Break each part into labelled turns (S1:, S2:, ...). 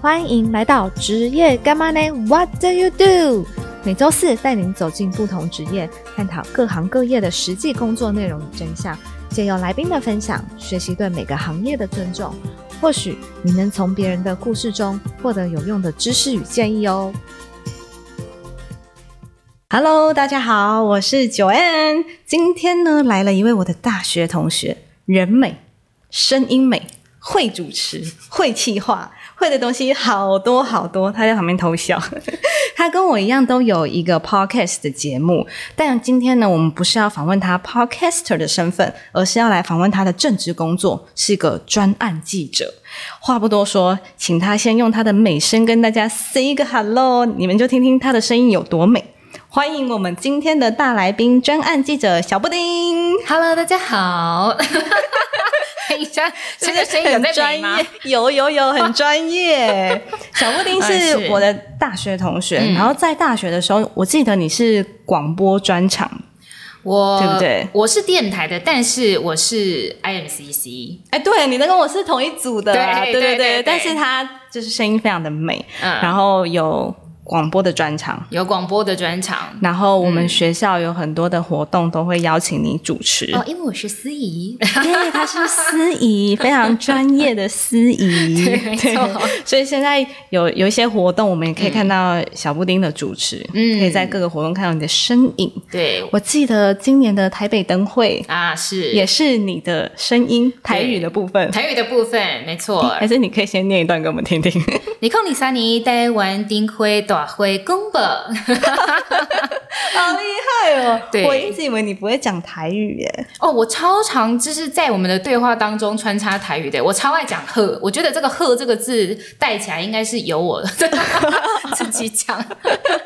S1: 欢迎来到职业干嘛呢？What do you do？每周四带您走进不同职业，探讨各行各业的实际工作内容与真相，借由来宾的分享，学习对每个行业的尊重。或许你能从别人的故事中获得有用的知识与建议哦。
S2: Hello，大家好，我是九 N。今天呢，来了一位我的大学同学，人美，声音美，会主持，会气话，会的东西好多好多。他在旁边偷笑。 他跟我一样都有一个 podcast 的节目，但今天呢，我们不是要访问他 podcaster 的身份，而是要来访问他的正职工作，是一个专案记者。话不多说，请他先用他的美声跟大家 say 一个 hello，你们就听听他的声音有多美。欢迎我们今天的大来宾专案记者小布丁，
S3: Hello，大家好。 等一下，这个声音有
S2: 很
S3: 在
S2: 专
S3: 美吗
S2: 业？，有有有，很专业。 小布丁
S3: 哎
S2: 是
S3: 是
S2: 我的大学同学，
S3: 嗯
S2: 然后在大学的时候，我记得你是广播专场，
S3: 我
S2: 对不对
S3: 我是电台的，但是我是 IMCC。
S2: 哎，对，你的跟我是同一组的啊，
S3: 对
S2: 对
S3: 对对
S2: 对，
S3: 对
S2: 但是他就是声音非常的美，
S3: 嗯，
S2: 然后有广播的专场。
S3: 有广播的专场。
S2: 然后我
S3: 嗯
S2: 们学校有很多的活动都会邀请你主持，
S3: 哦，因为我是司仪，
S2: 对，他是司仪，非常专业的司仪，
S3: 对没错
S2: 对 所以现在有有一些活动，我们也可以看到小布丁的主持，
S3: 嗯
S2: 可以在各个活动看到你的身影。
S3: 对
S2: 我记得今年的台北灯会
S3: 啊，是
S2: 也是你的声音台语的部分，
S3: 台语的部分，没错
S2: 还。是你可以先念一段给我们听听。
S3: 你看你三年台湾丁辉大辉公本，
S2: 好厉害哦！
S3: 对
S2: 我一直以为你不会讲台语耶。
S3: 哦，我超常就是在我们的对话当中穿插台语的，我超爱讲“鹤”，我觉得这个“鹤”这个字带起来应该是由我 自己讲。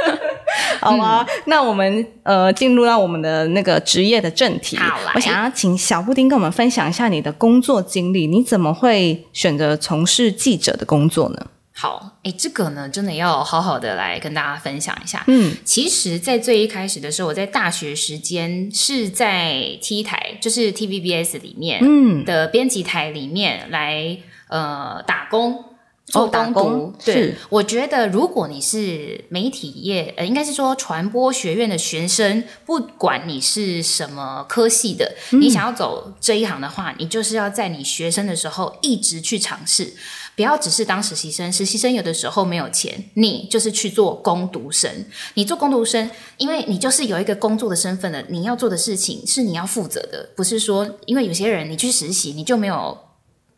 S2: 好啊，那我们呃进入到我们的那个职业的正题。
S3: 好来
S2: 我想要请小布丁跟我们分享一下你的工作经历，你怎么会选择从事记者的工作呢？
S3: 好，哎，这个呢，真的要好好的来跟大家分享一下。
S2: 嗯，
S3: 其实，在最一开始的时候，我在大学时间是在 T 台，就是 TVBS 里面，
S2: 嗯
S3: 的编辑台里面来呃打工。做
S2: 哦打
S3: 攻读，
S2: 工
S3: 对
S2: 是，
S3: 我觉得如果你是媒体业，呃，应该是说传播学院的学生，不管你是什么科系的，
S2: 嗯
S3: 你想要走这一行的话，你就是要在你学生的时候一直去尝试，不要只是当实习生。实习生有的时候没有钱，你就是去做攻读生。你做工读生，因为你就是有一个工作的身份了，你要做的事情是你要负责的，不是说因为有些人你去实习你就没有，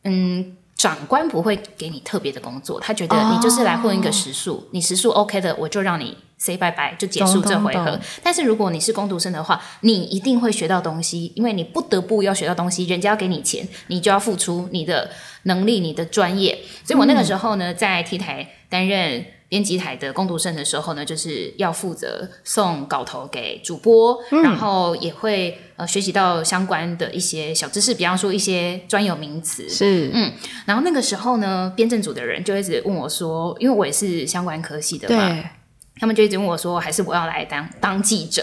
S3: 嗯，长官不会给你特别的工作，他觉得
S2: 哦
S3: 你就是来混一个时数，你时数 OK 的，我就让你 say 拜拜，就结束
S2: 懂
S3: 这回
S2: 懂
S3: 合
S2: 懂。
S3: 但是如果你是工读生的话，你一定会学到东西，因为你不得不要学到东西，人家要给你钱，你就要付出你的能力、你的专业。所以我那个时候呢，在 T 台担任编辑台的攻读生的时候呢，就是要负责送稿头给主播，
S2: 嗯
S3: 然后也会呃学习到相关的一些小知识，比方说一些专有名词。
S2: 是
S3: 嗯然后那个时候呢，编政组的人就一直问我说，因为我也是相关科系的嘛，
S2: 对，
S3: 他们就一直问我说，还是我要来当当记者。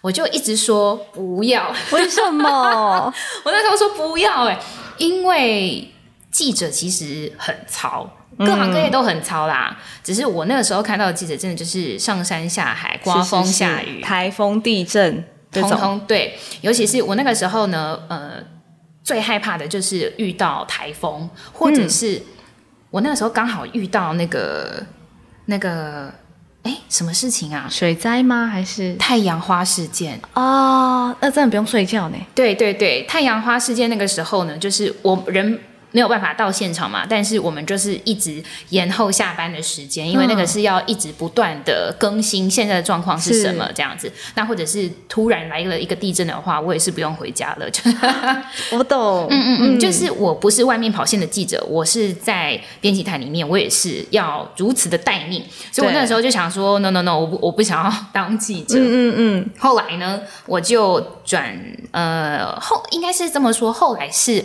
S3: 我就一直说不要，
S2: 为什么？
S3: 我那时候说不要哎、因为记者其实很糙，各行各业
S2: 嗯
S3: 都很糙啦。只是我那个时候看到的记者，真的就是上山下海， 刮风
S2: 是是是
S3: 下雨，
S2: 台风、地震这
S3: 通
S2: 种，
S3: 通对。尤其是我那个时候呢，呃，最害怕的就是遇到台风，或
S2: 嗯
S3: 者是、我那个时候刚好遇到那个那个哎什么事情啊？
S2: 水灾吗？还是
S3: 太阳花事件。
S2: 哦，那真的不用睡觉呢。
S3: 对对对，太阳花事件那个时候呢，就是我人没有办法到现场嘛，但是我们就是一直延后下班的时间，因为那个是要一直不断的更新现在的状况是什么这样子。那或者是突然来了一个地震的话，我也是不用回家了， 就是
S2: 我懂，
S3: 嗯嗯嗯，就是我不是外面跑线的记者，我是在编辑台里面，我也是要如此的待命，所以我
S2: 对
S3: 那时候就想说，no no no，我不我不想要当记者，
S2: 嗯嗯
S3: 后来呢，我就转呃后应该是这么说，后来是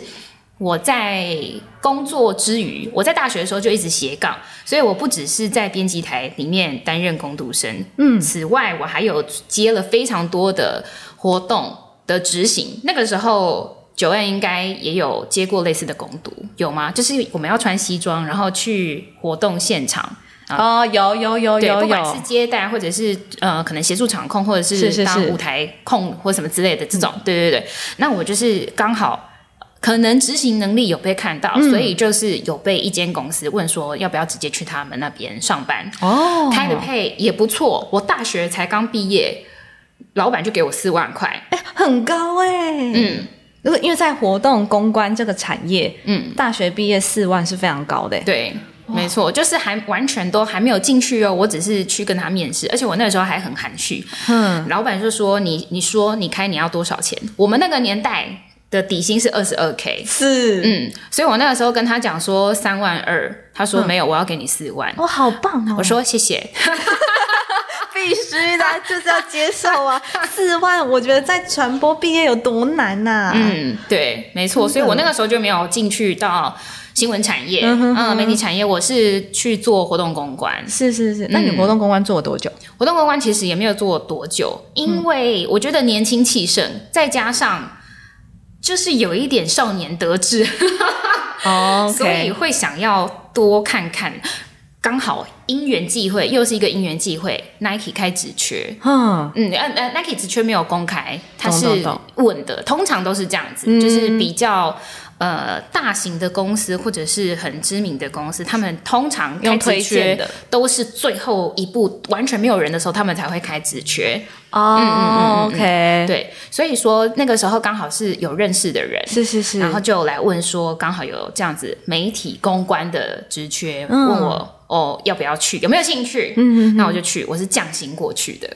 S3: 我在工作之余，我在大学的时候就一直斜杠，所以我不只是在编辑台里面担任工读生，嗯，此外我还有接了非常多的活动的执行。那个时候九燕应该也有接过类似的攻读，有吗？就是我们要穿西装，然后去活动现场，
S2: 哦，有有有
S3: 对，
S2: 有
S3: 不管
S2: 有，
S3: 是接待或者是呃，可能协助场控，或者
S2: 是是
S3: 是当
S2: 是
S3: 舞台控或什么之类的这种，对对对。那我就是刚好可能执行能力有被看到，
S2: 嗯
S3: 所以就是有被一间公司问说要不要直接去他们那边上班，
S2: 哦
S3: 开的配也不错。我大学才刚毕业，老板就给我四万块，
S2: 很高哎、
S3: 嗯，
S2: 如果因为在活动公关这个产业，
S3: 嗯，
S2: 大学毕业四万是非常高的、欸。
S3: 对。没错，就是还完全都还没有进去哦，我只是去跟他面试，而且我那个时候还很含蓄，
S2: 嗯，
S3: 老板就说你你说你开你要多少钱？我们那个年代的底薪是二十二 k，
S2: 是，
S3: 嗯，所以我那个时候跟他讲说三万二，他说没有，我要给你四万。
S2: 哦，好棒哦！
S3: 我说谢谢，
S2: 必须的，啊就是要接受啊！四万，我觉得在传播毕业有多难啊呐、
S3: 嗯，对，没错，所以我那个时候就没有进去到新闻产业，
S2: 嗯哼
S3: 嗯
S2: 哼
S3: 媒体产业，我是去做活动公关。
S2: 是是是，那你活
S3: 嗯
S2: 动公关做了多久？
S3: 活动公关其实也没有做多久，因为
S2: 嗯
S3: 我觉得年轻气盛，再加上就是有一点少年 得志，
S2: 哦
S3: 所以会想要多看看。刚好因缘际会，又是一个因缘际会，Nike 开职缺。
S2: 嗯，
S3: 嗯，呃呃，Nike 职缺没有公开，它
S2: 懂
S3: 是
S2: 懂懂
S3: 稳的，通常都是这样子，
S2: 嗯
S3: 就是比较呃大型的公司或者是很知名的公司，他们通常开
S2: 用推
S3: 职缺
S2: 荐的
S3: 都是最后一步完全没有人的时候，他们才会开职缺。
S2: 哦
S3: 嗯嗯嗯嗯嗯
S2: OK，，
S3: 对，所以说那个时候刚好是有认识的人，
S2: 是是是，
S3: 然后就来问说，刚好有这样子媒体公关的职缺，
S2: 嗯
S3: 问我哦要不要去，有没有兴趣？嗯，那我就去，我是降薪过去的。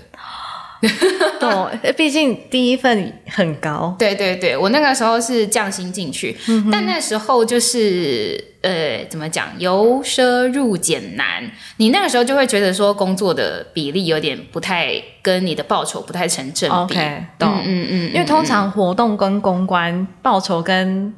S2: 懂， 毕竟第一份很高，
S3: 对对对，我那个时候是降薪进去，
S2: 嗯
S3: 但那时候就是呃，怎么讲，由奢入俭难。你那个时候就会觉得说，工作的比例有点不太跟你的报酬不太成正比。
S2: OK，懂
S3: 嗯嗯嗯，
S2: 因为通常活动跟公关报酬跟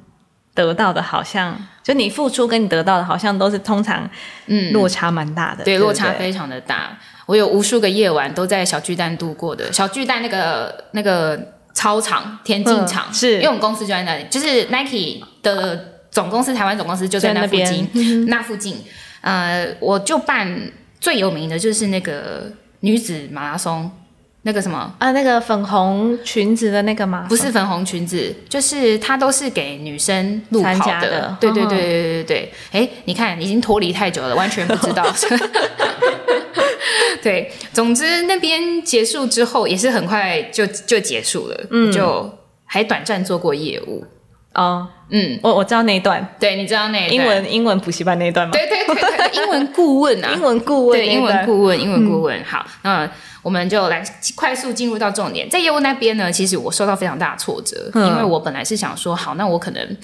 S2: 得到的好像，就你付出跟你得到的好像都是通常
S3: 嗯
S2: 落差蛮大的，
S3: 对，
S2: 不
S3: 落差非常的大。我有无数个夜晚都在小巨蛋度过的，小巨蛋那个那个操场田径场，
S2: 嗯是
S3: 因为我们公司就在那里，就是 Nike 的总公司台湾总公司就在那附
S2: 在那嗯
S3: 近，那附近，呃，我就办最有名的就是那个女子马拉松，那个什么
S2: 啊，那个粉红裙子的那个吗？
S3: 不是粉红裙子，就是它都是给女生路
S2: 参
S3: 跑
S2: 加的
S3: 对对对对对对对。哎，你看已经脱离太久了，完全不 知道。对，总之那边结束之后也是很快就就结束了，
S2: 嗯
S3: 就还短暂做过业务。
S2: 哦，
S3: 嗯，
S2: 我我知道那一段，
S3: 对，你知道那一
S2: 英，
S3: 段
S2: 文英文补习班那一段吗？
S3: 对对对对，对英文顾问啊，
S2: 英文顾问那
S3: 对，嗯
S2: 一
S3: 英文
S2: 段
S3: 顾问，英文顾问。好，那我们就来快速进入到重点。在业务那边呢，其实我受到非常大的挫折，
S2: 嗯
S3: 因为我本来是想说，好，那我可能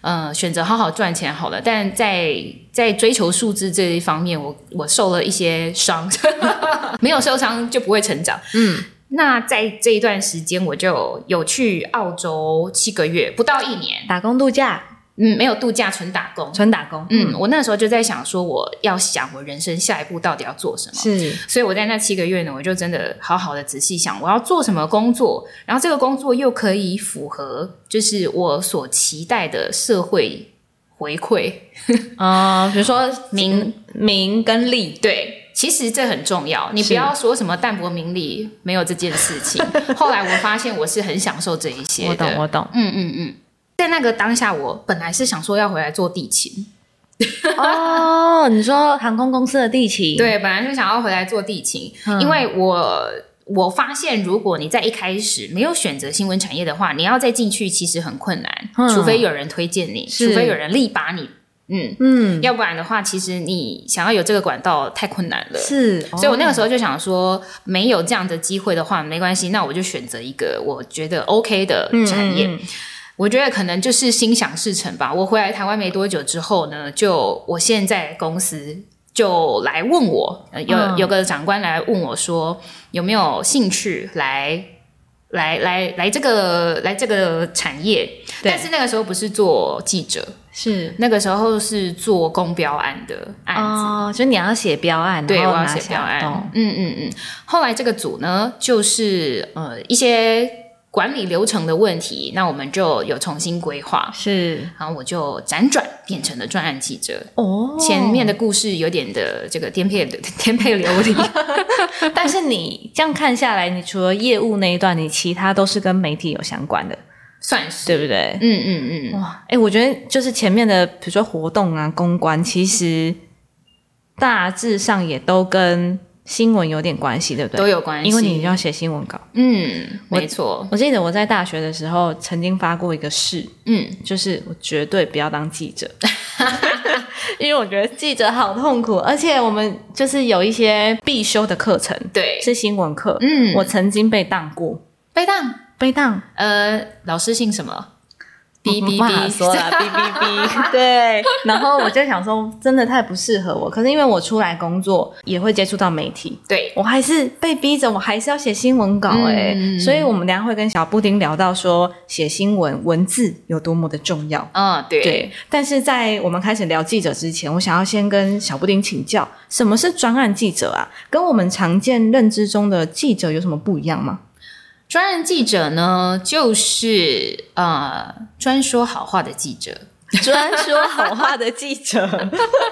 S3: 呃选择好好赚钱好了，但在在追求数字这一方面，我我受了一些伤， 没有受伤就不会成长。嗯。那在这一段时间，我就有去澳洲七个月，不到一年，
S2: 打工度假，
S3: 嗯，没有度假，纯打工。
S2: 纯打工，
S3: 嗯，我那时候就在想说，我要想我人生下一步到底要做什么。
S2: 是
S3: 所以我在那七个月呢，我就真的好好的仔细想我要做什么工作，然后这个工作又可以符合就是我所期待的社会回馈。
S2: 啊、比如说
S3: 名
S2: 名跟利，
S3: 对，其实这很重要，你
S2: 是
S3: 不要说什么淡泊名利，没有这件事 情。后来我发现我是很享受这一些的。，
S2: 我懂我懂
S3: 嗯嗯嗯，在那个当下，我本来是想说要回来做地勤，
S2: 哦，你说航空公司的地勤，，
S3: 对，本来就想要回来做地勤，
S2: 嗯
S3: 因为我我发现，如果你在一开始没有选择新闻产业的话，你要再进去其实很困难，
S2: 嗯
S3: 除非有人推荐你，
S2: 是
S3: 除非有人力拔你，嗯，
S2: 嗯，
S3: 要不然的话，其实你想要有这个管道太困难了。
S2: 是，哦
S3: 所以我那个
S2: 候
S3: 时候就想说，没有这样的机会的话，没关系，那我就选择一个我觉得 OK 的
S2: 嗯
S3: 产业。我觉得可能就是心想事成吧。我回来台湾没多久之后呢，就我现在公司就来问我，呃有、
S2: 嗯
S3: 有个长官来问我说有没有兴趣来来来来这个来这个产业，
S2: 对
S3: 但是那个时候不是做记者，
S2: 是
S3: 那个时候是做公标案的案子。
S2: 哦，就你要写标案，
S3: 对，
S2: 然
S3: 我
S2: 后
S3: 要
S2: 拿
S3: 写
S2: 下
S3: 标案
S2: 懂。
S3: 嗯嗯嗯。后来这个组呢，就是呃一些。管理流程的问题，那我们就有重新规划。
S2: 是
S3: 然后我就辗转变成了专案记者。
S2: 哦
S3: 前面的故事有点的这个颠沛的 颠沛流 离，
S2: 但是你这样看下来，你除了业务那一段，你其他都是跟媒体有相关的，
S3: 算是。
S2: 对不对？
S3: 嗯嗯嗯，
S2: 哇，哎、我觉得就是前面的，比如说活动啊、公关，其实大致上也都跟新闻有点关系，对不对？
S3: 都有关系。
S2: 因为你要写新闻稿。
S3: 嗯，
S2: 我
S3: 没错，
S2: 我记得我在大学的时候曾经发过一个誓，
S3: 嗯，
S2: 就是我绝对不要当记 者，因为我觉得记者好痛苦，而且我们就是有一些必修的课程
S3: 对，
S2: 是新闻课，
S3: 嗯，
S2: 我曾经被当过，
S3: 被当，
S2: 被当，
S3: 呃，老师姓什么？哔哔
S2: 我不好
S3: 哔，
S2: 说 了，哔哔哔，对。然后我就想说，真的太不适合我，可是因为我出来工作也会接触到媒体。
S3: 对，
S2: 我还是被逼着，我还是要写新闻稿哎、
S3: 嗯
S2: 所以我们等一下会跟小布丁聊到说写新闻文字有多么的重要。
S3: 嗯，对，
S2: 对，但是在我们开始聊记者之前，我想要先跟小布丁请教，什么是专案记者啊？跟我们常见认知中的记者有什么不一样吗？
S3: 专任记者呢，就是呃，专说好话的记者。
S2: 专说好话的记者，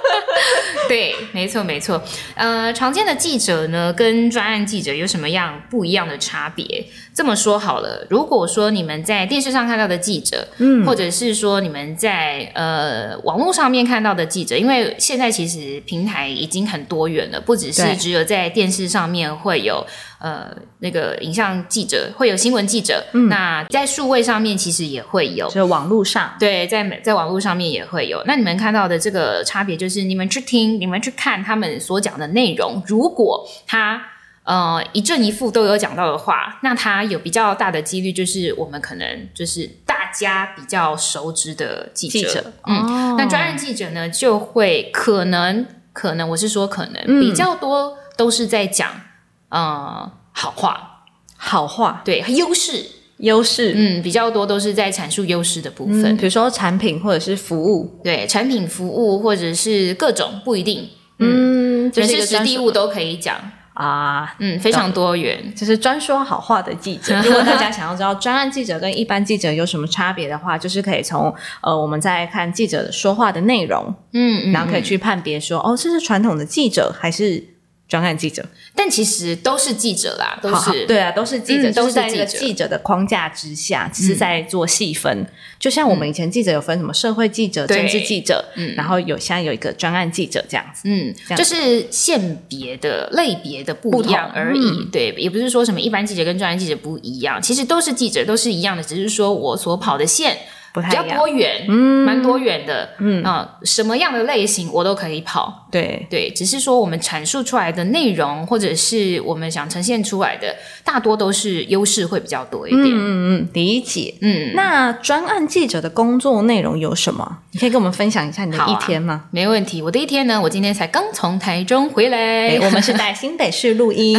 S3: 对，没错没错。呃，常见的记者呢，跟专案记者有什么样不一样的差别？这么说好了，如果说你们在电视上看到的记者，嗯，或者是说你们在呃网络上面看到的记者，因为现在其实平台已经很多元了，不只
S2: 对
S3: 是只有在电视上面会有呃那个影像记者，会有新闻记者，嗯，那在数位上面其实也会有
S2: 就。是网络上
S3: 对，在美在网络上面也会有。那你们看到的这个差别，就是你们去听、你们去看他们所讲的内容，如果他呃一正一负都有讲到的话，那他有比较大的几率就是我们可能就是大家比较熟知的记者。
S2: 记者，
S3: 嗯，
S2: 哦
S3: 那专任记者呢，就会可能可能我是说可能、
S2: 嗯
S3: 比较多都是在讲呃好话，
S2: 好话
S3: 对优势，
S2: 优势，
S3: 嗯，比较多都是在阐述优势的部分。
S2: 嗯，比如说产品或者是服务，
S3: 对产品、服务或者是各种不一定，
S2: 嗯，就
S3: 人
S2: 是一
S3: 事、
S2: 个
S3: 实
S2: 专
S3: 地
S2: 说
S3: 物都可以讲，
S2: 啊。
S3: 嗯，非常多元。
S2: 就是专说好话的记 者。如果大家想要知道专案记者跟一般记者有什么差别的话，就是可以从呃我们在看记者说话的内容，
S3: 嗯，嗯
S2: 然后可以去判别说，哦，这是传统的记者还是专案记者？
S3: 但其实都是记者啦，都
S2: 好好
S3: 是
S2: 对啊，都是记者，
S3: 嗯
S2: 都是在
S3: 都
S2: 这
S3: 是记
S2: 个
S3: 者
S2: 记者的框架之下，只是在做细分。就像我们以前记者有分什么社会记者、
S3: 嗯对
S2: 政治记者，
S3: 嗯
S2: 然后有现在有一个专案记者这样子。
S3: 嗯
S2: 这，样
S3: 就是性别的类别的不一样
S2: 不同嗯
S3: 而已。对，也不是说什么一般记者跟专业记者不一样，其实都是记者，都是一样的，只是说我所跑的线
S2: 不太
S3: 比较
S2: 一样，嗯
S3: 多元，蛮多元的。嗯啊、什么样的类型我都可以跑。
S2: 对，
S3: 对，只是说我们阐述出来的内容，或者是我们想呈现出来的，大多都是优势会比较多一点。嗯
S2: 嗯嗯，理解。
S3: 嗯，
S2: 那专案记者的工作内容有什么？你可以跟我们分享一下你的
S3: 好啊
S2: 一天吗？
S3: 没问题。我的一天呢，我今天才刚从台中回来。
S2: 哎，我们是在新北市录音，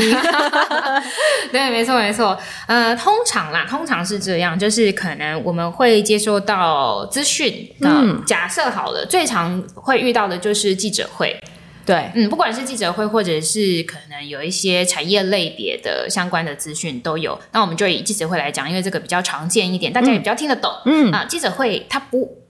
S3: 对，没错没错。呃，通常啦，通常是这样，就是可能我们会接收到资讯。
S2: 嗯
S3: 嗯，假设好了，最常会遇到的就是记者会。
S2: 对，
S3: 嗯，不管是记者会，或者是可能有一些产业类别的相关的资讯都有。那我们就以记者会来讲，因为这个比较常见一点，大家也比较听得懂。
S2: 嗯
S3: 啊，记者会它不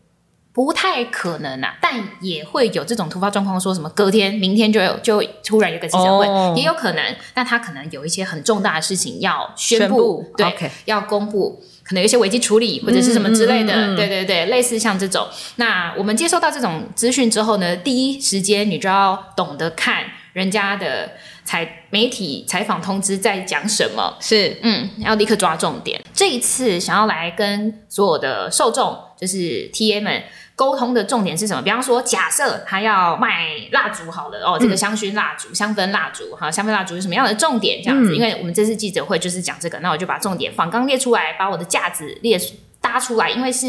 S3: 不太可能啊，但也会有这种突发状况，说什么隔天、明天就有就突然有个记者会，
S2: 哦
S3: 也有可能。那他可能有一些很重大的事情要宣布，
S2: 宣布
S3: 对
S2: OK
S3: 要公布。可能有一些危机处理或者是什么之类的，
S2: 嗯嗯嗯嗯
S3: 对对对，类似像这种。那我们接收到这种资讯之后呢，第一时间你就要懂得看人家的采媒体采访通知在讲什么，
S2: 是
S3: 嗯，要立刻抓重点。这一次想要来跟所有的受众，就是 T A 们沟通的重点是什么？比方说，假设他要卖蜡烛好了，哦，这个香薰蜡烛、香氛蜡烛，好，香氛蜡烛是什么样的重点？这样子，
S2: 嗯
S3: 因为我们这次记者会就是讲这个，那我就把重点仿纲列出来，把我的架子列出。搭出来，因为是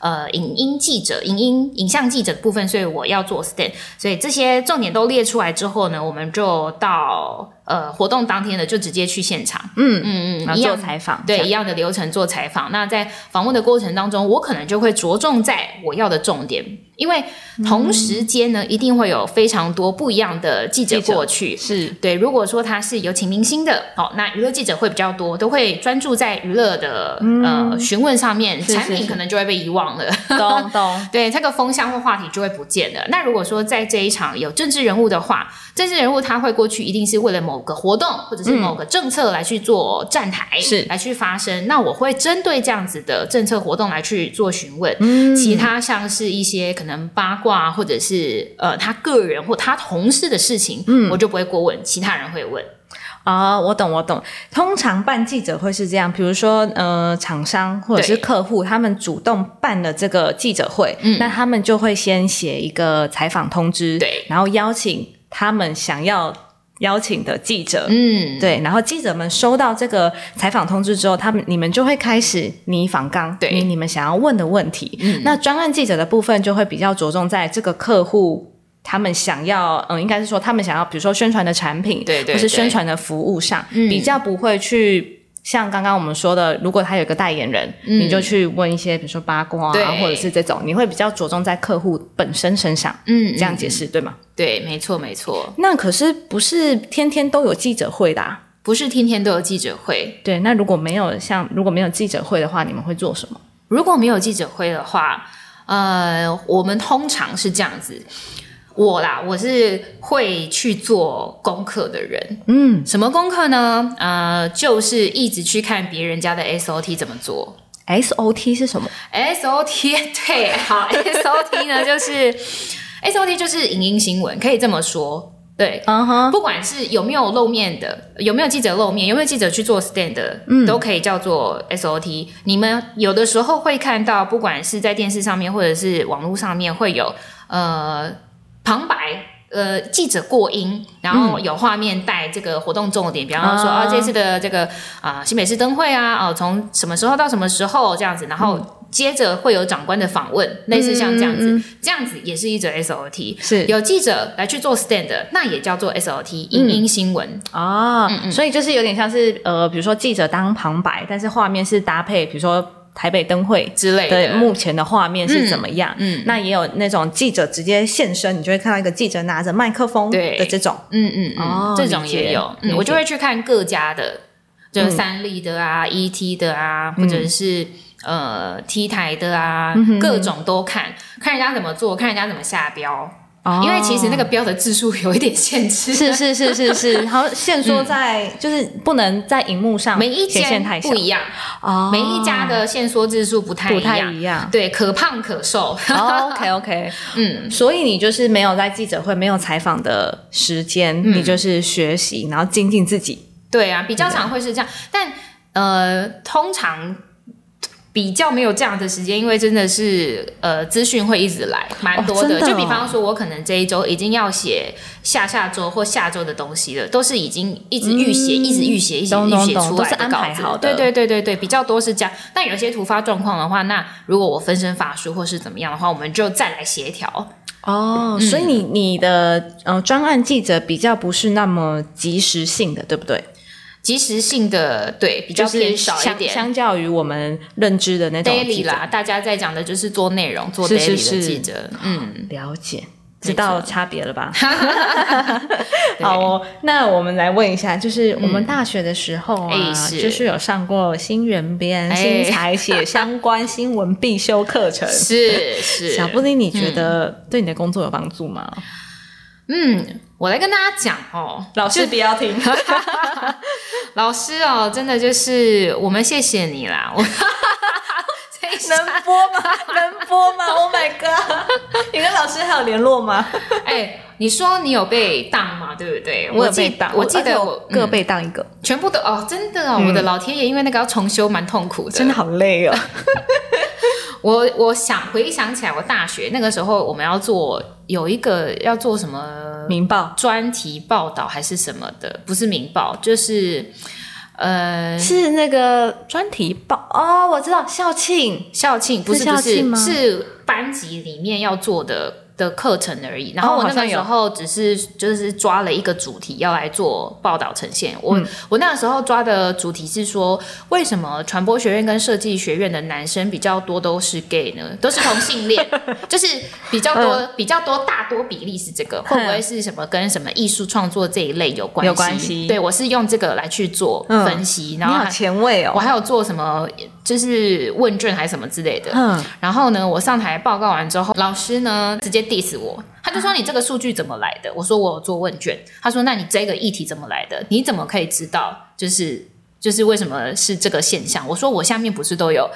S3: 呃影音记者、影音影像记者的部分，所以我要做 stand，所以这些重点都列出来之后呢，我们就到呃活动当天的就直接去现场，
S2: 嗯
S3: 嗯
S1: 然
S3: 嗯，一
S1: 后做
S3: 样
S1: 采访，
S3: 对
S1: 这
S3: 一
S1: 样
S3: 样的流程做采访。那在访问的过程当中，我可能就会着重在我要的重点，因为同时间呢，一定会有非常多不一样的记者
S2: 记者
S3: 过去。
S2: 是
S3: 对，如果说他是有请明星的，哦，那娱乐记者会比较多，都会专注在娱乐的、
S1: 嗯
S3: 呃询问上面，
S2: 是
S3: 产
S2: 是
S3: 品可能就会被遗忘了。
S2: 懂懂，
S3: 对，这个风向或话题就会不见了。那如果说在这一场有政治人物的话，政治人物他会过去，一定是为了某个活动或者是某个政策来去做站台，
S2: 嗯是
S3: 来去发声。那我会针对这样子的政策活动来去做询问。
S2: 嗯
S3: 其他像是一些可能八卦或者是呃他个人或他同事的事情，
S2: 嗯
S3: 我就不会过问，其他人会问。
S2: 啊、我懂，我懂。通常办记者会是这样，比如说，呃，厂商或者是
S3: 对
S2: 客户，他们主动办了这个记者会，
S3: 嗯
S2: 那他们就会先写一个采访通知，
S3: 对
S2: 然后邀请他们想要邀请的记者，
S3: 嗯，
S2: 对，然后记者们收到这个采访通知之后，他们你们就会开始你访纲，
S3: 对嗯
S2: 你你们想要问的问题。那专案记者的部分就会比较着重在这个客户。他们想要，嗯，应该是说他们想要，比如说宣传的产品，
S3: 对对
S2: 或是
S3: 对
S2: 宣传的服务上，
S3: 嗯
S2: 比较不会去像刚刚我们说的，如果他有一个代言人，
S3: 嗯
S2: 你就去问一些，比如说八卦
S3: 对
S2: 啊，或者是这种，你会比较着重在客户本身身上，
S3: 嗯，
S2: 这样解
S3: 释。
S2: 释、对吗？
S3: 对，没错，没错，
S2: 那可是不是天天都有记者会的、啊，
S3: 不是天天都有记者会，
S2: 对，那如果没有像如果没有记者会的话，你们会做什么？
S3: 如果没有记者会的话，呃，我们通常是这样子。我啦，我是会去做功课的人。
S2: 嗯
S3: 什么功课呢？呃，就是一直去看别人家的 SOT 怎么做。
S2: ，SOT 是什么？
S3: SOT 对，好，SOT 呢就是 SOT 就是影音新闻，可以这么说。对，
S2: 嗯哼，
S3: 不管是有没有露面的，有没有记者露面，有没有记者去做 stand 的，都可以叫做 SOT。你们有的时候会看到，不管是在电视上面或者是网络上面，会有呃旁白。呃，记者过音，然后有画面带这个活动重点，比方说
S2: 啊
S3: 啊，这次的这个啊、新北市灯会啊，哦，从什么时候到什么时候这样子，然后接着会有长官的访问，类似像这样子，这样子也是一则 SOT。
S2: 是嗯
S3: 有记者来去做 stand，那也叫做 SOT 影音新闻。
S2: 啊，所以就是有点像是呃，比如说记者当旁白，但是画面是搭配，比如说台北灯会
S3: 之类的
S2: 的目前的画面是怎么样？
S3: 嗯嗯
S2: 那也有那种记者直接现身，你就会看到一个记者拿着麦克风
S3: 对
S2: 的这种。
S3: 嗯嗯嗯，
S2: 哦
S3: 这种也有，
S2: 理解
S3: 嗯，我就会去看各家的，就
S2: 嗯
S3: 三立的啊、ET 的啊，或者是。呃，T 台的啊，
S2: 嗯
S3: 各种都看，看人家怎么做，看人家怎么下标，
S2: 哦
S3: 因为其实那个标的字数有一点限制，
S2: 是是是是是， 好像限缩在、就是不能在荧幕上
S3: 每一
S2: 显现
S3: 间
S2: 太小
S3: 不一样，
S2: 哦
S3: 每一家的限缩字数不太
S2: 不
S3: 一
S2: 太
S3: 样，
S2: 一样。
S3: 对，可胖可瘦，
S2: 哦 OK OK，
S3: 嗯，
S2: 所以你就是没有在记者会、没有采访的时间，你就是学习，然后精进自己。
S3: 对啊，比较常会是这样，但呃，通常比较没有这样的时间，因为真的是呃，资讯会一直来，蛮多
S2: 真的哦
S3: 就比方说，我可能这一周已经要写下下周或下周的东西了，都是已经一直预写、一直预写、一直
S2: 嗯懂
S3: 预
S2: 懂
S3: 写
S2: 懂
S3: 出来
S2: 都是安
S3: 稿
S2: 排
S3: 子
S2: 好的
S3: 对对对对对，比较多是这样。但有些突发状况的话，那如果我分身乏术或是怎么样的话，我们就再来协调。
S2: 哦，所以你你的呃专案记者比较不是那么及时性的，对不对？
S3: 及时性的对比较
S2: 就是
S3: 偏少一
S2: 相
S3: 点，
S2: 相较于我们认知的那种记
S3: daily
S2: 者，
S3: 啦，大家在讲的就是做内容、做
S2: 是
S3: daily
S2: 是是
S3: 的记者。嗯，
S2: 了解。
S3: 错
S2: 知道差别了 吧？好哦，那我们来问一下，就是我们大学的时候啊，
S3: 哎是
S2: 嗯就是有上过新闻编、
S3: 哎
S2: 新采写相关新闻必修课 程，
S3: 是是。
S2: 呃小布丁，你觉得对你的工作有帮助吗？
S3: 嗯，我来跟大家讲哦，
S2: 老师不要 听，
S3: 老师哦，真的就是我们谢谢你啦，我。 这一下
S2: 播吗？能播吗？Oh my god！你跟老师还有联络吗？
S3: 哎、你说你有被当嘛？对 不对？我记我记得我
S2: 各
S3: 嗯
S2: 被当一个，嗯
S3: 全部都哦，真的哦，我的老天爷，因为那个要重修，蛮痛苦的，
S2: 真的好累哦。
S3: 我我想回想起来，我大学那个时候我们要做有一个要做什么
S2: 明报
S3: 专题报道还是什么的，不是民报，就是呃
S2: 是那个专题报哦，我知道校庆
S3: 校庆，不是
S2: 是校
S3: 不是
S2: 庆吗
S3: 是班级里面要做的的课程而已。然后
S2: 哦
S3: 我
S2: 好
S3: 那
S2: 像
S3: 个
S2: 有
S3: 时候只是就是抓了一个主题要来做报道呈现。我、
S2: 嗯
S3: 我那个时候抓的主题是说，为什么传播学院跟设计学院的男生比较多都是 gay 呢？都是同 性恋，就是比较
S2: 嗯
S3: 多、比较多大多比例是这个，会不会是什么跟什么艺术创作这一类有关系？
S2: 有关系
S3: 对我是用这个来去做
S2: 嗯
S3: 分析，
S2: 你
S3: 然后
S2: 好
S3: 还
S2: 前卫
S3: 我
S2: 哦，
S3: 还有做什么，就是问卷还是什么之类的。
S2: 嗯，
S3: 然后呢，我上台报告完之后，老师呢直接 diss 我，他就说你这个数据怎么来的？我说我有做问卷。他说那你这个议题怎么来的？你怎么可以知道？就是就是为什么是这个现象？我说我下面不是都有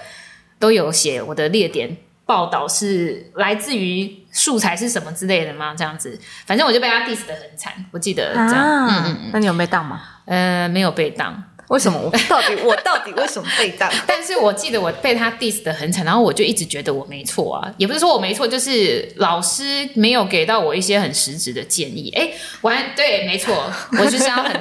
S3: 都有写我的列点报道是来自于素材是什么之类的吗？这样子，反正我就被他 diss 的很惨，我记得这样。嗯嗯，
S2: 啊那你有被当吗？
S3: 呃，没有被当。
S2: 为 什么？我到底我到底为什么被当？
S3: 但是我记得我被他 diss 的很惨，然后我就一直觉得我没错啊，也不是说我没错，就是老师没有给到我一些很实质的建议。哎，我还对，没错，我就是要很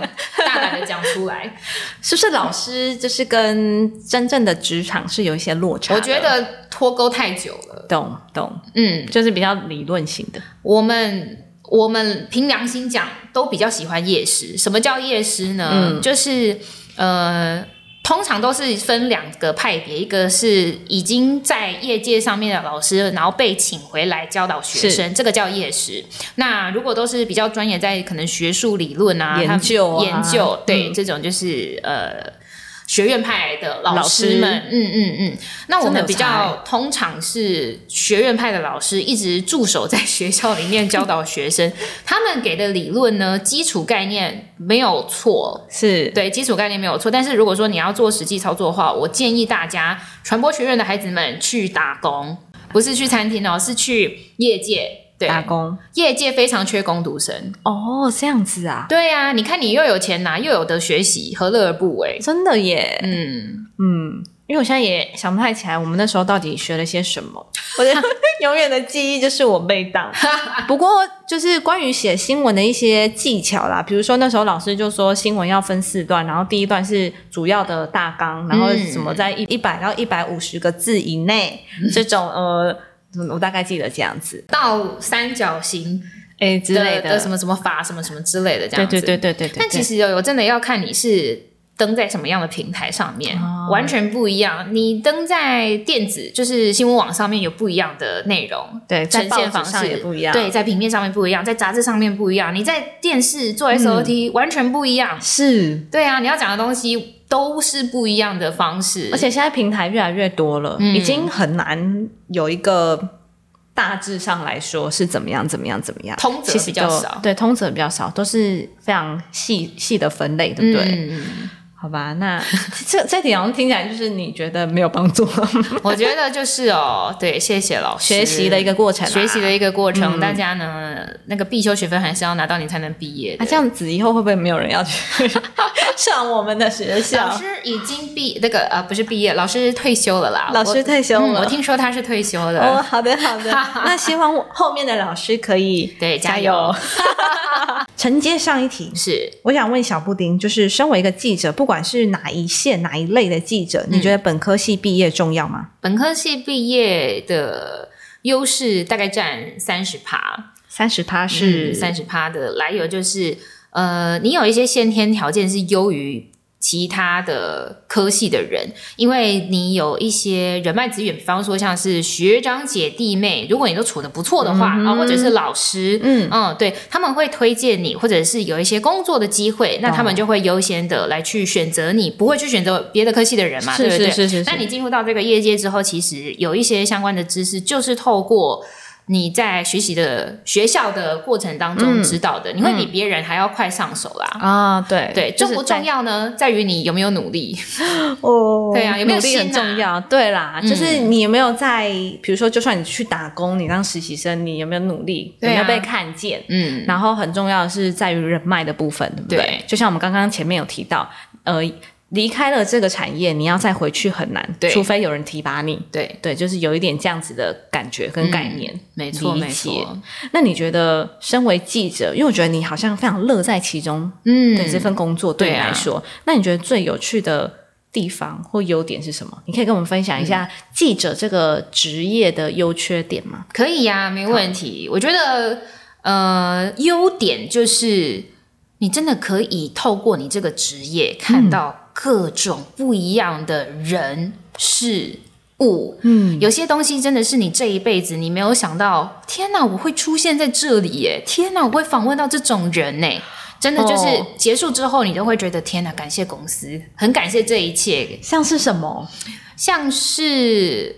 S3: 大胆的讲出来。
S2: 是不是老师就是跟真正的职场是有一些落差的？
S3: 我觉得脱钩太久了，
S2: 懂懂，
S3: 嗯，
S2: 就是比较理论型的。
S3: 我们我们凭良心讲，都比较喜欢夜师。什么叫夜师呢？
S2: 嗯
S3: 就是呃，通常都是分两个派别，一个是已经在业界上面的老师，然后被请回来教导学生，这个叫夜师。那如果都是比较专业，在可能学术理论啊、
S2: 研
S3: 他们
S2: 究啊
S3: 研究，对、
S2: 嗯
S3: 这种就是呃。学院派的老
S2: 老师
S3: 师们，嗯嗯嗯，那我
S2: 真的
S3: 们
S2: 有
S3: 比
S2: 差欸
S3: 较通常是学院派的老师一直驻守在学校里面教导学生， 他们给的理论呢，基础概念没有错，
S2: 是，
S3: 对，基础概念没有错。但是如果说你要做实际操作的话，我建议大家传播学院的孩子们去打工，不是去餐厅哦，是去业界。对，
S2: 打工
S3: 业界非常缺工读生。
S2: 哦，这样子啊，
S3: 对呀、你看你又有钱拿，又有得学习，何乐而不为？
S2: 真的耶，
S3: 嗯，
S2: 嗯，因为我现在也想不太起来我们那时候到底学了些什 么。我的永远的记忆就是我被 当。不过就是关于写新闻的一些技巧啦，比如说那时候老师就说新闻要分四段，然后第一段是主要的大纲，然后什么在一一百到一百五十个字以内、这种呃。我大概记得这样子，
S3: 倒三角形
S2: 哎之类
S3: 的什么什么法什么什么之类的，这
S2: 对
S3: 样
S2: 对
S3: 子。
S2: 对对对对。
S3: 但其
S2: 对
S3: 实有有真的要看你是登在什么样的平台上面，
S2: 哦
S3: 完全不一样。你登在电子就是新闻网上面有不一样的内容。
S2: 对
S3: 呈
S2: 在报
S3: 现
S2: 纸
S3: 方
S2: 上
S3: 式
S2: 也不一样，
S3: 对，，在平面上面不一样，在杂志上面不一样，你在电视
S2: 嗯
S3: 做 SOT、完全不一样。
S2: 是，
S3: 对啊，你要讲的东西都是不一样的方式，
S2: 而且现在平台越来越多了，
S3: 嗯
S2: 已经很难有一个大致上来说是怎么样怎么样怎么样。
S3: 通则
S2: 其实
S3: 比较
S2: 都
S3: 少。
S2: 对，通则比较少，都是非常细细的分类，对不对？
S3: 嗯，
S2: 好吧，那 这这点好像听起来就是你觉得没有帮助，
S3: 我觉得就是哦，对，谢谢老师，
S2: 学习的一个过程、啊
S3: 学习的。一个过
S2: 嗯
S3: 程，大家呢那个必修学分还是要拿到你才能毕业
S2: 那、
S3: 的。
S2: 啊这样子以后会不会没有人要去 上我们的学校？
S3: 老师已经毕那个呃不是毕业，老师退休了啦。
S2: 老师
S3: 我
S2: 退休了
S3: 嗯我听说他是退休了。
S2: 哦，好的好 的，那希望我后面的老师可以
S3: 对
S2: 加
S3: 加
S2: 油
S3: 油。
S2: 承接上一题，
S3: 是
S2: 我想问小布丁，就是身为一个记者，不管是哪一线哪一类的记者，
S3: 嗯
S2: 你觉得本科系毕业重要吗？
S3: 本科系毕业的优势大概占三十趴，
S2: 三十趴
S3: 是
S2: 是
S3: 三十趴的来由就是呃，你有一些先天条件是优于。其他的科系的人，因为你有一些人脉资源，比方说像是学长姐弟妹，如果你都处的不错的话啊、或者是老师，
S2: 嗯
S3: 嗯，对，他们会推荐你，或者是有一些工作的机会，那他们就会优先的来去选择你，不会去选择别的科系的人嘛，
S2: 是
S3: 对不对？
S2: 是是是是
S3: 那你进入到这个业界之后，其实有一些相关的知识，就是透过。你在学习的学校的过程当中知道的，你会比别人还要快上手啦。
S2: 嗯啊，对
S3: 对，
S2: 就
S3: 重
S2: 是
S3: 不
S2: 在
S3: 重要呢？在于你有没有努力。
S2: 哦，
S3: 对啊有没有
S2: 努力很
S3: 心啊
S2: 重要？对啦，就是你有没有在，比如说，就算你去打工，你当实习生，你有没有努力，有
S3: 对啊
S2: 没有被看见？
S3: 嗯，
S2: 然后很重要的是在于人脉的部分，对不对？
S3: 对
S2: 就像我们刚刚前面有提到，呃，离开了这个产业，你要再回去很难，
S3: 对
S2: 除非有人提拔你。
S3: 对，
S2: 对，就是有一点这样子的感觉跟概念。
S3: 嗯没错
S2: 理
S3: 没
S2: 解
S3: 错。
S2: 那你觉得，身为记者，因为我觉得你好像非常乐在其中，
S3: 嗯
S2: 对这份工作对你
S3: 对啊
S2: 来说，那你觉得最有趣的地方或优点是什么？你可以跟我们分享一
S3: 嗯
S2: 下记者这个职业的优缺点吗？
S3: 可以呀、没问题。我觉得，呃，优点就是你真的可以透过你这个职业看到各种不一样的人事物。嗯，有些东西真的是你这一辈子你没有想到，天哪，我会出现在这里耶！天哪，我会访问到这种人呢。真的就是
S2: 哦
S3: 结束之后，你都会觉得天哪，感谢公司，很感谢这一切，
S2: 像是什么？
S3: 像是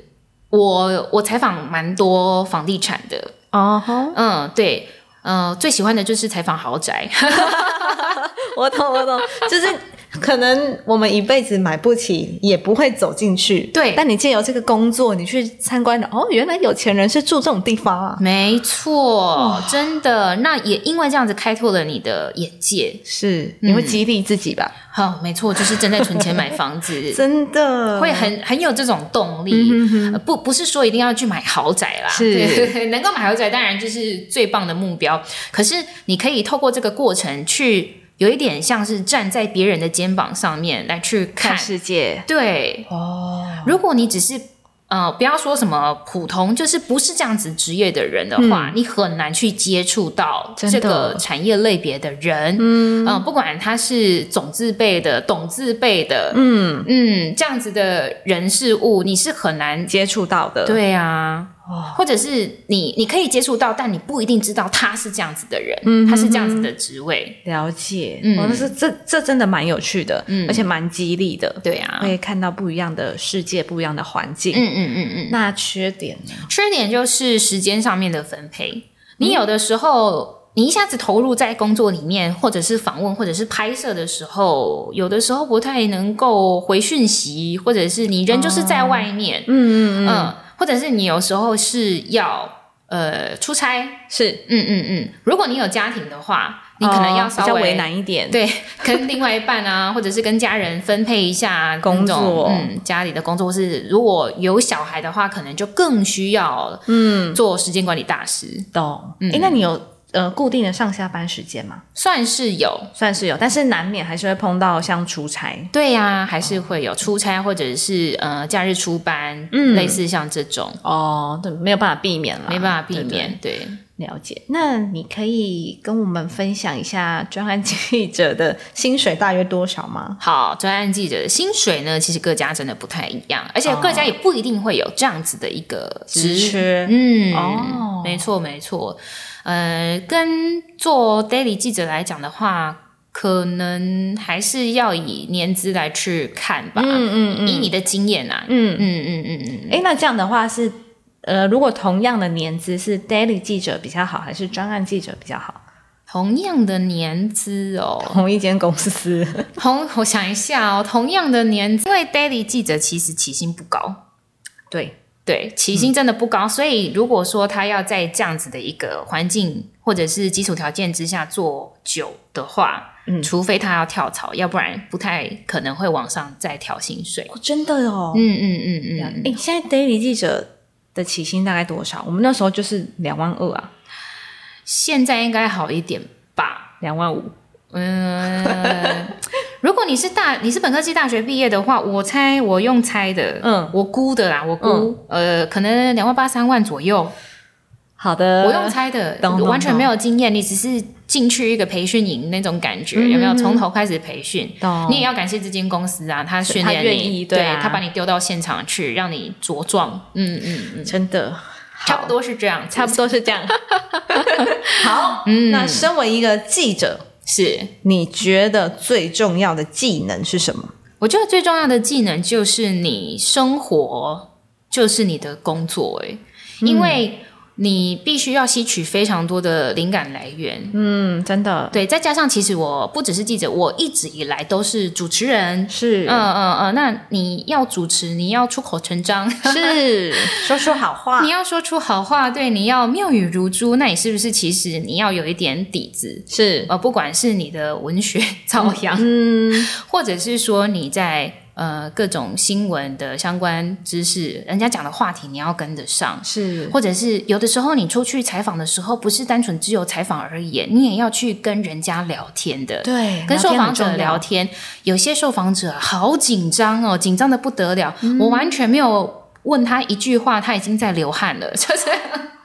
S3: 我我采访蛮多房地产的，
S2: 哦吼，
S3: 嗯，对，呃，最喜欢的就是采访豪宅，
S2: 我懂，我懂，就是可能我们一辈子买不起，也不会走进去。
S3: 对
S2: 但你借由这个工作，你去参观了，哦，原来有钱人是住这种地方啊。
S3: 没错，真的。那也因为这样子开拓了你的眼界，
S2: 是，你会激励自己吧？。
S3: 好、没错，就是正在存钱买房 子
S2: 真的嗯
S3: 会很很有这种动力，呃不不是说一定要去买豪宅啦，
S2: 是
S3: 对 能够买豪宅当然就是最棒的目标。可是你可以透过这个过程去有一点像是站在别人的肩膀上面来去看
S2: 看世界
S3: 对，
S2: 哦，
S3: 如果你只是呃，不要说什么普通，就是不是这样子职业的人的话，你很难去接触到
S2: 真的
S3: 这个产业类别的人。嗯、不管他是总字辈的、懂字辈的，嗯嗯，这样子的人事物，你是很难。
S2: 接触到的，，
S3: 对啊，或者是你你可以接触到，但你不一定知道他是这样子的人，他是这样子的职位。
S2: 了解。
S3: 嗯
S2: 哦，那是这这真的蛮有趣的，
S3: 嗯
S2: 而且蛮激励的，
S3: 对啊，嗯
S2: 会看到不一样的世界，不一样的环境。
S3: 嗯嗯嗯。
S2: 那缺点呢？
S3: 缺点就是时间上面的分
S2: 嗯
S3: 配，你有的时候。你一下子投入在工作里面，或者是访问，或者是拍摄的时候，有的时候不太能够回讯息，或者是你人就是在外面，嗯嗯或者是你有时候是要呃出差，
S2: 是
S3: 嗯嗯嗯。如果你有家庭的话，你可能要稍
S2: 哦比较
S3: 微、
S2: 为难一点，
S3: 对，跟另外一半啊，或者是跟家人分配一下
S2: 工
S3: 那种
S2: 作
S3: 嗯，家里的工作或是如果有小孩的话，可能就更需要嗯做时间管理大师，
S2: 懂。哎、
S3: 嗯
S2: 那你有呃固定的上下班时间吗？
S3: 算是有。
S2: 算是有，但是难免还是会碰到像出差。
S3: 对呀、还是会有出差或者是呃假日出班，
S2: 嗯
S3: 类似像这种，
S2: 哦，对，没有办法避免了，
S3: 没办法避
S2: 啊对
S3: 免。对
S2: 对了解。那你可以跟我们分享一下专案记者的薪水大约多少吗？
S3: 好，专案记者的薪水呢，其实各家真的不太一样，而且各家也不一定会有这样子的一个
S2: 职缺
S3: 嗯，
S2: 哦
S3: 没错没错，呃，跟做 daily 记者来讲的话，可能还是要以年资来去看吧，
S2: 嗯
S3: 以你的经验啊，
S2: 嗯
S3: 嗯嗯嗯嗯嗯，
S2: 哎，那这样的话是，呃，如果同样的年资是 daily 记者比较好，还是专案记者比较好？
S3: 同样的年资哦，
S2: 同一间公司
S3: 同 我想一下哦，同样的年资，因为 daily 记者其实起薪不高，
S2: 对，
S3: 对，起
S2: 嗯
S3: 薪真的不高，所以如果说他要在这样子的一个环境或者是基础条件之下做久的话，
S2: 嗯
S3: 除非他要跳槽，要不然不太可能会往上再调薪水。
S2: 哦真的哦。
S3: 嗯嗯嗯嗯嗯，
S2: 哎，现在 daily 记者的起薪大概多少？我们那时候就是两万二啊，
S3: 现在应该好一点吧？
S2: 两万五。
S3: 嗯，如果你是大你是本科系大学毕业的话，我猜我用猜的，
S2: 嗯
S3: 我估的啦，我估、呃，可能两万八三万左右。
S2: 好的，
S3: 我用猜的，
S2: 呃懂懂
S3: 完全没有经验，你只是进去一个培训营那种感觉，有没有？
S2: 嗯
S3: 从头开始培训，
S2: 懂
S3: 你也要感谢这间公司啊，他训练
S2: 哦他
S3: 你，
S2: 愿意
S3: 对
S2: 对啊
S3: 他把你丢到现场去，让你茁壮，嗯嗯嗯，
S2: 真的
S3: 差不，多是这样，
S2: 好差不多是这样。 好，
S3: 嗯
S2: 那身为一个记者，
S3: 是。
S2: 你觉得最重要的技能是什么？
S3: 我觉得最重要的技能就是你生活就是你的工作、欸，
S2: 嗯
S3: 因为你必须要吸取非常多的灵感来源，
S2: 嗯，真的
S3: 对，再加上其实我不只是记者，我一直以来都是主持人，
S2: 是
S3: 嗯嗯嗯，那你要主持，你要出口成章，
S2: 是说说好话
S3: 你要说出好话，对，你要妙语如珠，那你是不是其实你要有一点底子？哦
S2: 是
S3: 呃，不管是你的文学造养，
S2: 嗯
S3: 或者是说你在呃各种新闻的相关知识，人家讲的话题你要跟得上，
S2: 是
S3: 或者是有的时候你出去采访的时候，不是单纯只有采访而已，你也要去跟人家聊天的。
S2: 对
S3: 跟受访者聊
S2: 聊天很重要
S3: 天，有些受访者好紧张哦，紧张的不得了。
S2: 嗯
S3: 我完全没有问他一句话，他已经在流汗了， 就是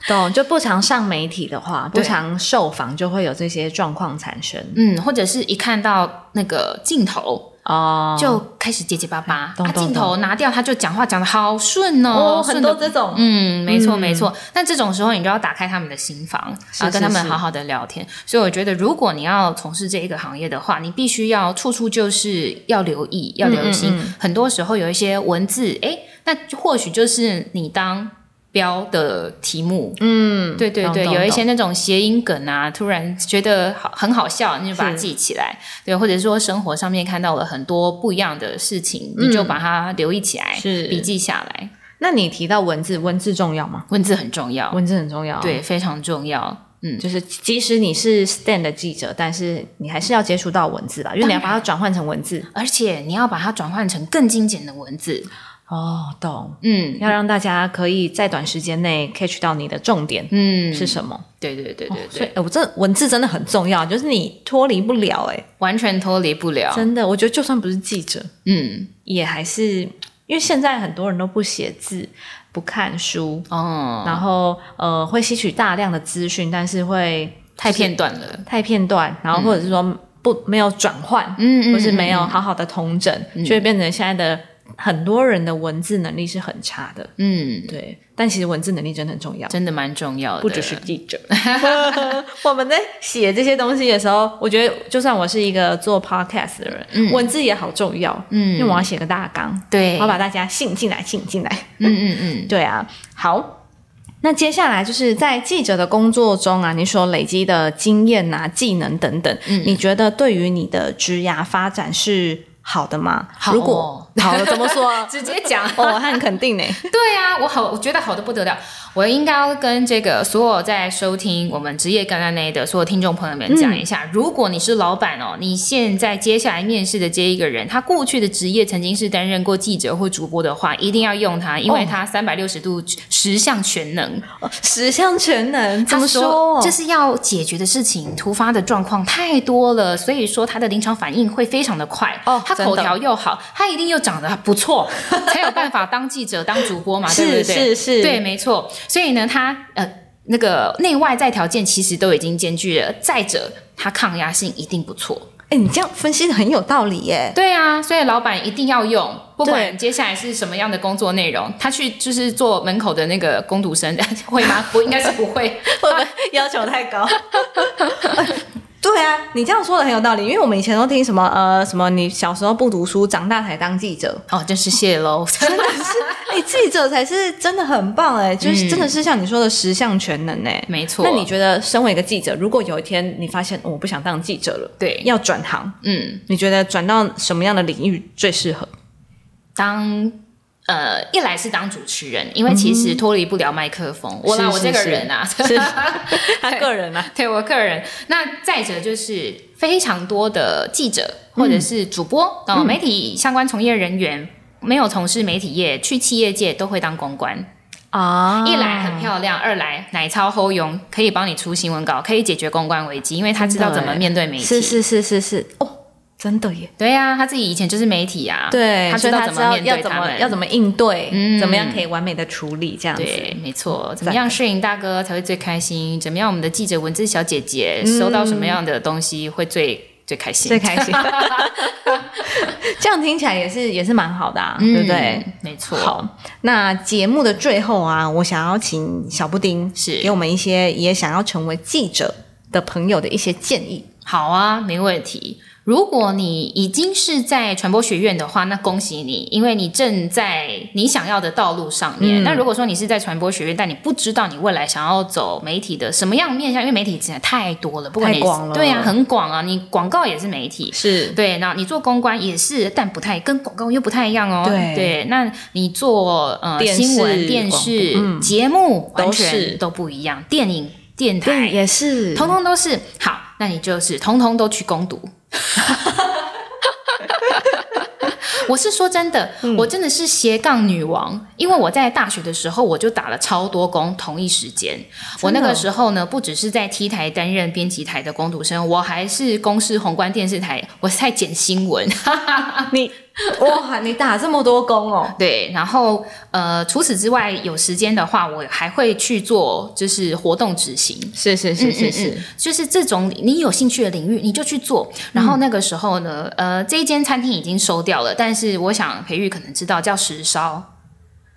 S2: 懂，就不常上媒体的话，不
S3: 对
S2: 常受访，就会有这些状况产生
S3: 嗯，或者是一看到那个镜头
S2: 哦就
S3: 就开始结结巴巴，
S2: 懂
S3: 啊，
S2: 懂
S3: 镜头拿掉他就讲话讲的好顺哦，
S2: 很
S3: 顺
S2: 多这
S3: 得
S2: 种
S3: 嗯，没错
S2: 嗯
S3: 没错。那这种时候，你就要打开他们的心房，
S2: 是
S3: 然后跟他
S2: 是
S3: 们
S2: 是
S3: 好好的聊天。所以我觉得，如果你要从事这一个行业的话，你必须要处处就是要留意，
S2: 嗯
S3: 要留心。很多时候有一些文字，哎，那就或许就是你当标的题目。
S2: 嗯，
S3: 对对
S2: 懂
S3: 对，
S2: 懂
S3: 有一些
S2: 懂
S3: 那种谐音梗啊，突然觉得好很好笑，你就把它
S2: 是
S3: 记起来。对，或者说生活上面看到了很多不一样的事情，你就把它留意起来，
S2: 嗯是
S3: 笔记下来。
S2: 那你提到文字，文字重要吗？
S3: 文字很重要，
S2: 文字很重要，
S3: 哦
S2: 啊
S3: 对，，非常重要。嗯，
S2: 就是即使你是 stand 的记者，但是你还是要接触到文字吧，因为你要把它转换成文字。
S3: 而且你要把它转换成更精简的文字。
S2: 哦，懂，
S3: 嗯
S2: 要让大家可以在短时间内 catch 到你的重点
S3: 嗯，
S2: 是什么。
S3: 对对对对
S2: 哦所以
S3: 对，
S2: 呃我这文字真的很重要，就是你脱离不了，哎，
S3: 完全脱离不了。
S2: 真的，我觉得就算不是记者，
S3: 嗯，
S2: 也还是因为现在很多人都不写字，不看书，
S3: 哦，
S2: 然后呃会吸取大量的资讯，但是会
S3: 太片段了。
S2: 太片段，然后或者是说不、没有转换，
S3: 嗯
S2: 或是没有
S3: 嗯
S2: 好好的统整，就会变成现在的很多人的文字能力是很差的。
S3: 嗯，
S2: 对，但其实文字能力真的很重要。
S3: 真的蛮重要的。
S2: 不只是记者， 我们在写这些东西的时候，我觉得就算我是一个做 podcast 的人，文字也好重要，
S3: 嗯
S2: 因为我要写个大纲，
S3: 对，
S2: 我要把大家吸引进来，吸引进来。
S3: 嗯嗯嗯，
S2: 对啊，好。那接下来就是在记者的工作中啊，你所累积的经验啊、技能等等，
S3: 嗯
S2: 你觉得对于你的职涯发展是好的吗？
S3: 好哦
S2: 如果好了，怎么说？
S3: 直接讲。
S2: 哦，我很肯定呢。
S3: 对啊，我好，我觉得好的不得了。我应该要跟这个所有在收听我们职业橄榄内的所有听众朋友们讲一下，如果你是老板哦，你现在接下来面试的这一个人，他过去的职业曾经是担任过记者或主播的话，一定要用他，因为他三百六十度十项全能。
S2: 十项全能，怎么
S3: 他
S2: 说？
S3: 就是要解决的事情，突发的状况太多了，所以说他的临场反应会非常的快。
S2: 哦
S3: 他
S2: 真的
S3: 口条又好，他一定又长得不错，才有办法当记者、当主 播嘛，对不
S2: 是
S3: 对？
S2: 是是，
S3: 对，，没错。所以呢，他呃，那个内外在条件其实都已经兼具了。再者，他抗压性一定不错。
S2: 哎，你这样分析的很有道理耶。
S3: 对啊，所以老板一定要用，不
S2: 对
S3: 管接下来是什么样的工作内容，他去就是做门口的那个工读生， 会吗？不，应该是不会。
S2: 会不会 要求太 高？哎对啊，你这样说的很有道理，因为我们以前都听什么呃什么，你小时候不读书，长大才当记者，
S3: 哦，真是谢 喽。
S2: 哎、记者才是真的很棒哎、就是
S3: 嗯
S2: 真的是像你说的十项全能哎、
S3: 没错。
S2: 那你觉得，身为一个记者，如果有一天你发现、哦我不想当记者了，
S3: 对，
S2: 要转行，
S3: 嗯，
S2: 你觉得转到什么样的领域最适合？
S3: 当呃，一来是当主持人，因为其实脱离不了麦克风。我啦，
S2: 嗯是
S3: 我这个
S2: 是
S3: 人啊，
S2: 是他个人啊，
S3: 对我个人，那再者就是非常多的记者或
S2: 嗯
S3: 者是主播哦，媒体相关从业人员。没有从事媒体业，去企业界都会当公关。
S2: 啊
S3: 一来很漂亮，二来奶超后勇，可以帮你出新闻稿，可以解决公关危机，因为他知道怎么面对媒体。
S2: 是是是是是，哦，真的耶。
S3: 对呀、他自己以前就是媒体啊，
S2: 对，
S3: 他
S2: 所
S3: 知
S2: 以
S3: 道
S2: 他
S3: 怎
S2: 知
S3: 么
S2: 道
S3: 面
S2: 要
S3: 对
S2: 怎
S3: 他
S2: 么
S3: 们，
S2: 要怎么应对，
S3: 嗯
S2: 怎么样可以完美的处理这样子。
S3: 对，没错，怎
S2: 赞
S3: 么样摄影大哥才会最开心？怎么样我们的记者文字小姐姐收到什么样的东西会最最开心？
S2: 嗯最开 心，这样听起来也是也是蛮好的啊，
S3: 嗯
S2: 对不对？？
S3: 没错，
S2: 好，那节目的最后啊，我想要请小布丁
S3: 是
S2: 给我们一些也想要成为记者的朋友的一些建议。
S3: 好啊，没问题。如果你已经是在传播学院的话，那恭喜你，因为你正在你想要的道路上面。
S2: 嗯
S3: 那如果说你是在传播学院，但你不知道你未来想要走媒体的什么样面向，因为媒体真的太多了，不管你
S2: 太广了
S3: 对啊，很广啊，你广告也是媒体，
S2: 是
S3: 对，那你做公关也是，但不太跟广告又不太一样哦。
S2: 对
S3: 那你做呃
S2: 电视
S3: 新闻、电
S2: 广
S3: 视、
S2: 嗯
S3: 节目，
S2: 都
S3: 完
S2: 是
S3: 全都不一样。电影、电
S2: 对，
S3: 台，
S2: 也是
S3: 通通都是好。那你就是通通都去攻读。 我是说真的，我真的是斜杠女王，因为我在大学的时候我就打了超多工，同一时间。我那个时候呢，不只是在 T 台担任编辑台的工读生，我还是公视宏观电视台，我是在剪新闻。
S2: 你 哇，你打这么多工哦，
S3: 对，然后呃，除此之外，有时间的话，我还会去做就是活动执行。
S2: 是是是是是，
S3: 嗯嗯就是这种你有兴趣的领域，你就去做。然后那个时候呢，呃，这一间餐厅已经收掉了，但是我想培育可能知道叫石烧，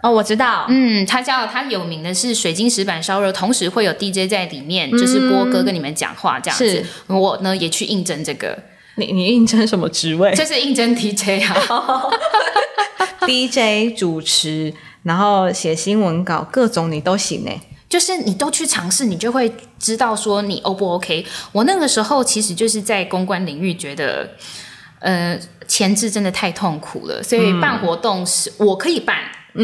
S2: 哦，我知道，
S3: 嗯，它叫它有名的是水晶石板烧肉，同时会有 DJ 在里面，就是播歌跟你们讲话这样子
S2: 是。
S3: 我呢也去应征这个，
S2: 你你应征什么职位
S3: 就是应征 DJ 啊，
S2: ？DJ 主持，然后写新闻稿，各种你都行哎。
S3: 就是你都去尝试，你就会知道说你 O 不 OK。我那个时候其实就是在公关领域觉得，呃，前置真的太痛苦了，所以办活动是、我可以办。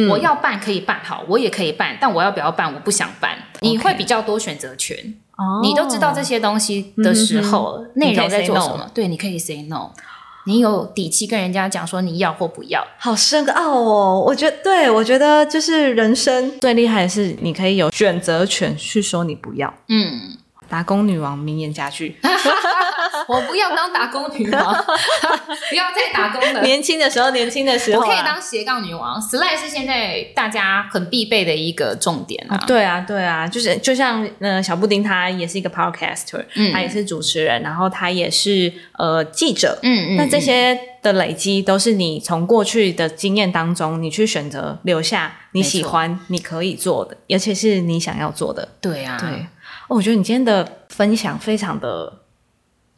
S3: 我要办可以办好，我也可以办，但我要不要办，我不想办。你会比较多选择权
S2: 哦
S3: 你都知道这些东西的时候，内容在做什么，嗯对，你可以 say no，你有底气跟人家讲说你要或不要。
S2: 好深奥哦！我觉得，对我觉得就是人生最厉害的是，你可以有选择权去说你不要。
S3: 嗯，
S2: 打工女王名言佳句，
S3: 我不要当打工女王， 不要再打工了。
S2: 年轻的时候，年轻的时候
S3: 我
S2: 啊、
S3: 可以当斜杠女王，Sly 是现在大家很必备的一个重点啊。
S2: 对啊，对啊，就是就像呃，小布丁他也是一个 podcaster，、
S3: 嗯
S2: 他也是主持人，然后他也是呃记者。
S3: 嗯嗯，
S2: 那这些的累积都是你从过去的经验当中，你去选择留下你喜欢、你可以做的，而且是你想要做的
S3: 嗯。对啊，
S2: 对，哦，我觉得你今天的分享非常的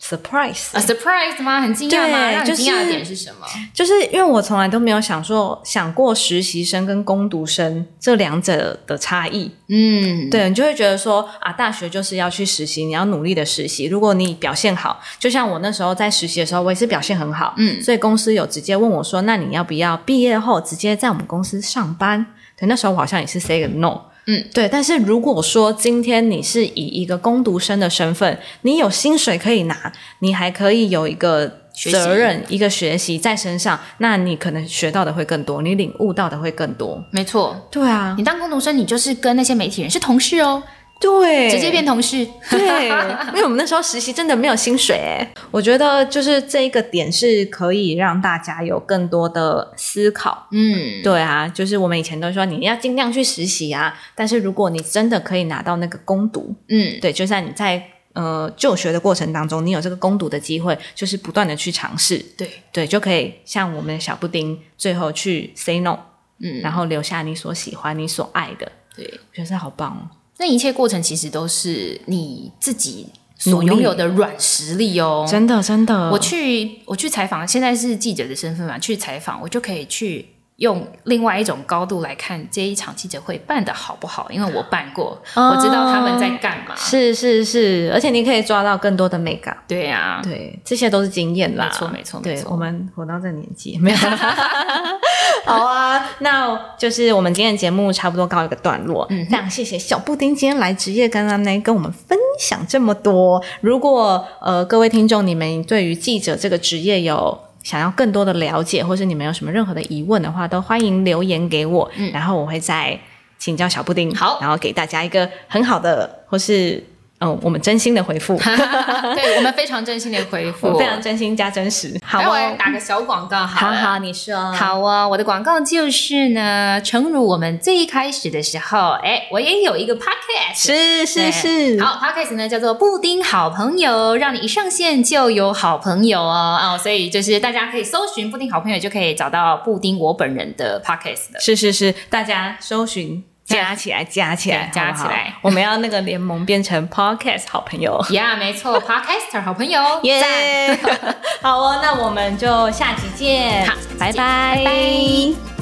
S2: surprise，、
S3: 啊，surprise 吗？很惊讶吗？
S2: 对
S3: 让
S2: 就
S3: 你
S2: 是
S3: 惊讶的点是什么？
S2: 就是因为我从来都没有想说想过实习生跟攻读生这两者的差异。
S3: 嗯，
S2: 对，你就会觉得说啊，大学就是要去实习，你要努力的实习。如果你表现好，就像我那时候在实习的时候，我也是表现很好，
S3: 嗯
S2: 所以公司有直接问我说，那你要不要毕业后直接在我们公司上班？对，那时候我好像也是 say 个 no。
S3: 嗯，
S2: 对，但是如果说今天你是以一个工读生的身份，你有薪水可以拿，你还可以有一个
S3: 学习
S2: 责任、一个学习在身上，那你可能学到的会更多，你领悟到的会更多。
S3: 没错。
S2: 对啊，
S3: 你当工读生，你就是跟那些媒体人是同事哦，
S2: 对，
S3: 直接变同事。
S2: 对，因为我们那时候实习真的没有薪水哎。我觉得就是这一个点是可以让大家有更多的思考。
S3: 嗯，
S2: 对啊，就是我们以前都说你要尽量去实习啊，但是如果你真的可以拿到那个攻读，
S3: 嗯，
S2: 对，就算你在呃就学的过程当中，你有这个攻读的机会，就是不断的去尝试，
S3: 对，
S2: 对，就可以像我们小布丁最后去 say no，
S3: 嗯，
S2: 然后留下你所喜欢、你所爱的，
S3: 对，
S2: 我觉得这好棒哦。
S3: 那一切过程其实都是你自己
S2: 努
S3: 所
S2: 力
S3: 拥有的软实力哦。
S2: 真的，真的，
S3: 我去我去采访，现在是记者的身份嘛，去采访我就可以去用另外一种高度来看这一场记者会办的好不好，因为我办过，
S2: 哦
S3: 我知道他们在干嘛。
S2: 是是是，而且你可以抓到更多的美感。
S3: 对啊，
S2: 对，这些都是经验啦。
S3: 没错没错没
S2: 对
S3: 错
S2: 我们活到这年纪， 没有。好啊，那就是我们今天的节目差不多告一个段落。嗯，那谢谢小布丁今天来职业干干呢跟我们分享这么多。如果呃各位听众你们对于记者这个职业有想要更多的了解，或是你们有什么任何的疑问的话，都欢迎留言给我，然后我会再请教小布丁，
S3: 嗯好
S2: 然后给大家一个很好的或是嗯我们真心的回 复。
S3: 对我们非常真心的回
S2: 我
S3: 复，
S2: 非常真心加真实。好
S3: 待
S2: 哦
S3: 会，打个小广告好
S2: 好
S3: 了，
S2: 好，你说。
S3: 好哦，我的广告就是呢，诚如我们最一开始的时候，哎，我也有一个 podcast，
S2: 是是
S3: 对
S2: 是，
S3: 好，podcast 呢叫做布丁好朋友，让你一上线就有好朋友哦哦，所以就是大家可以搜寻布丁好朋友，就可以找到布丁我本人的 podcast 的。
S2: 是是是，大家搜寻。加起来，加起来，
S3: 对
S2: 好
S3: 加
S2: 不好
S3: 起来
S2: 我们要那个联盟变成 podcast 好朋友，
S3: 呀、yeah,，没错，podcaster 好朋友，
S2: 耶
S3: 赞！
S2: 好哦，那我们就下集见，
S3: 好下集见
S2: 拜
S3: 拜拜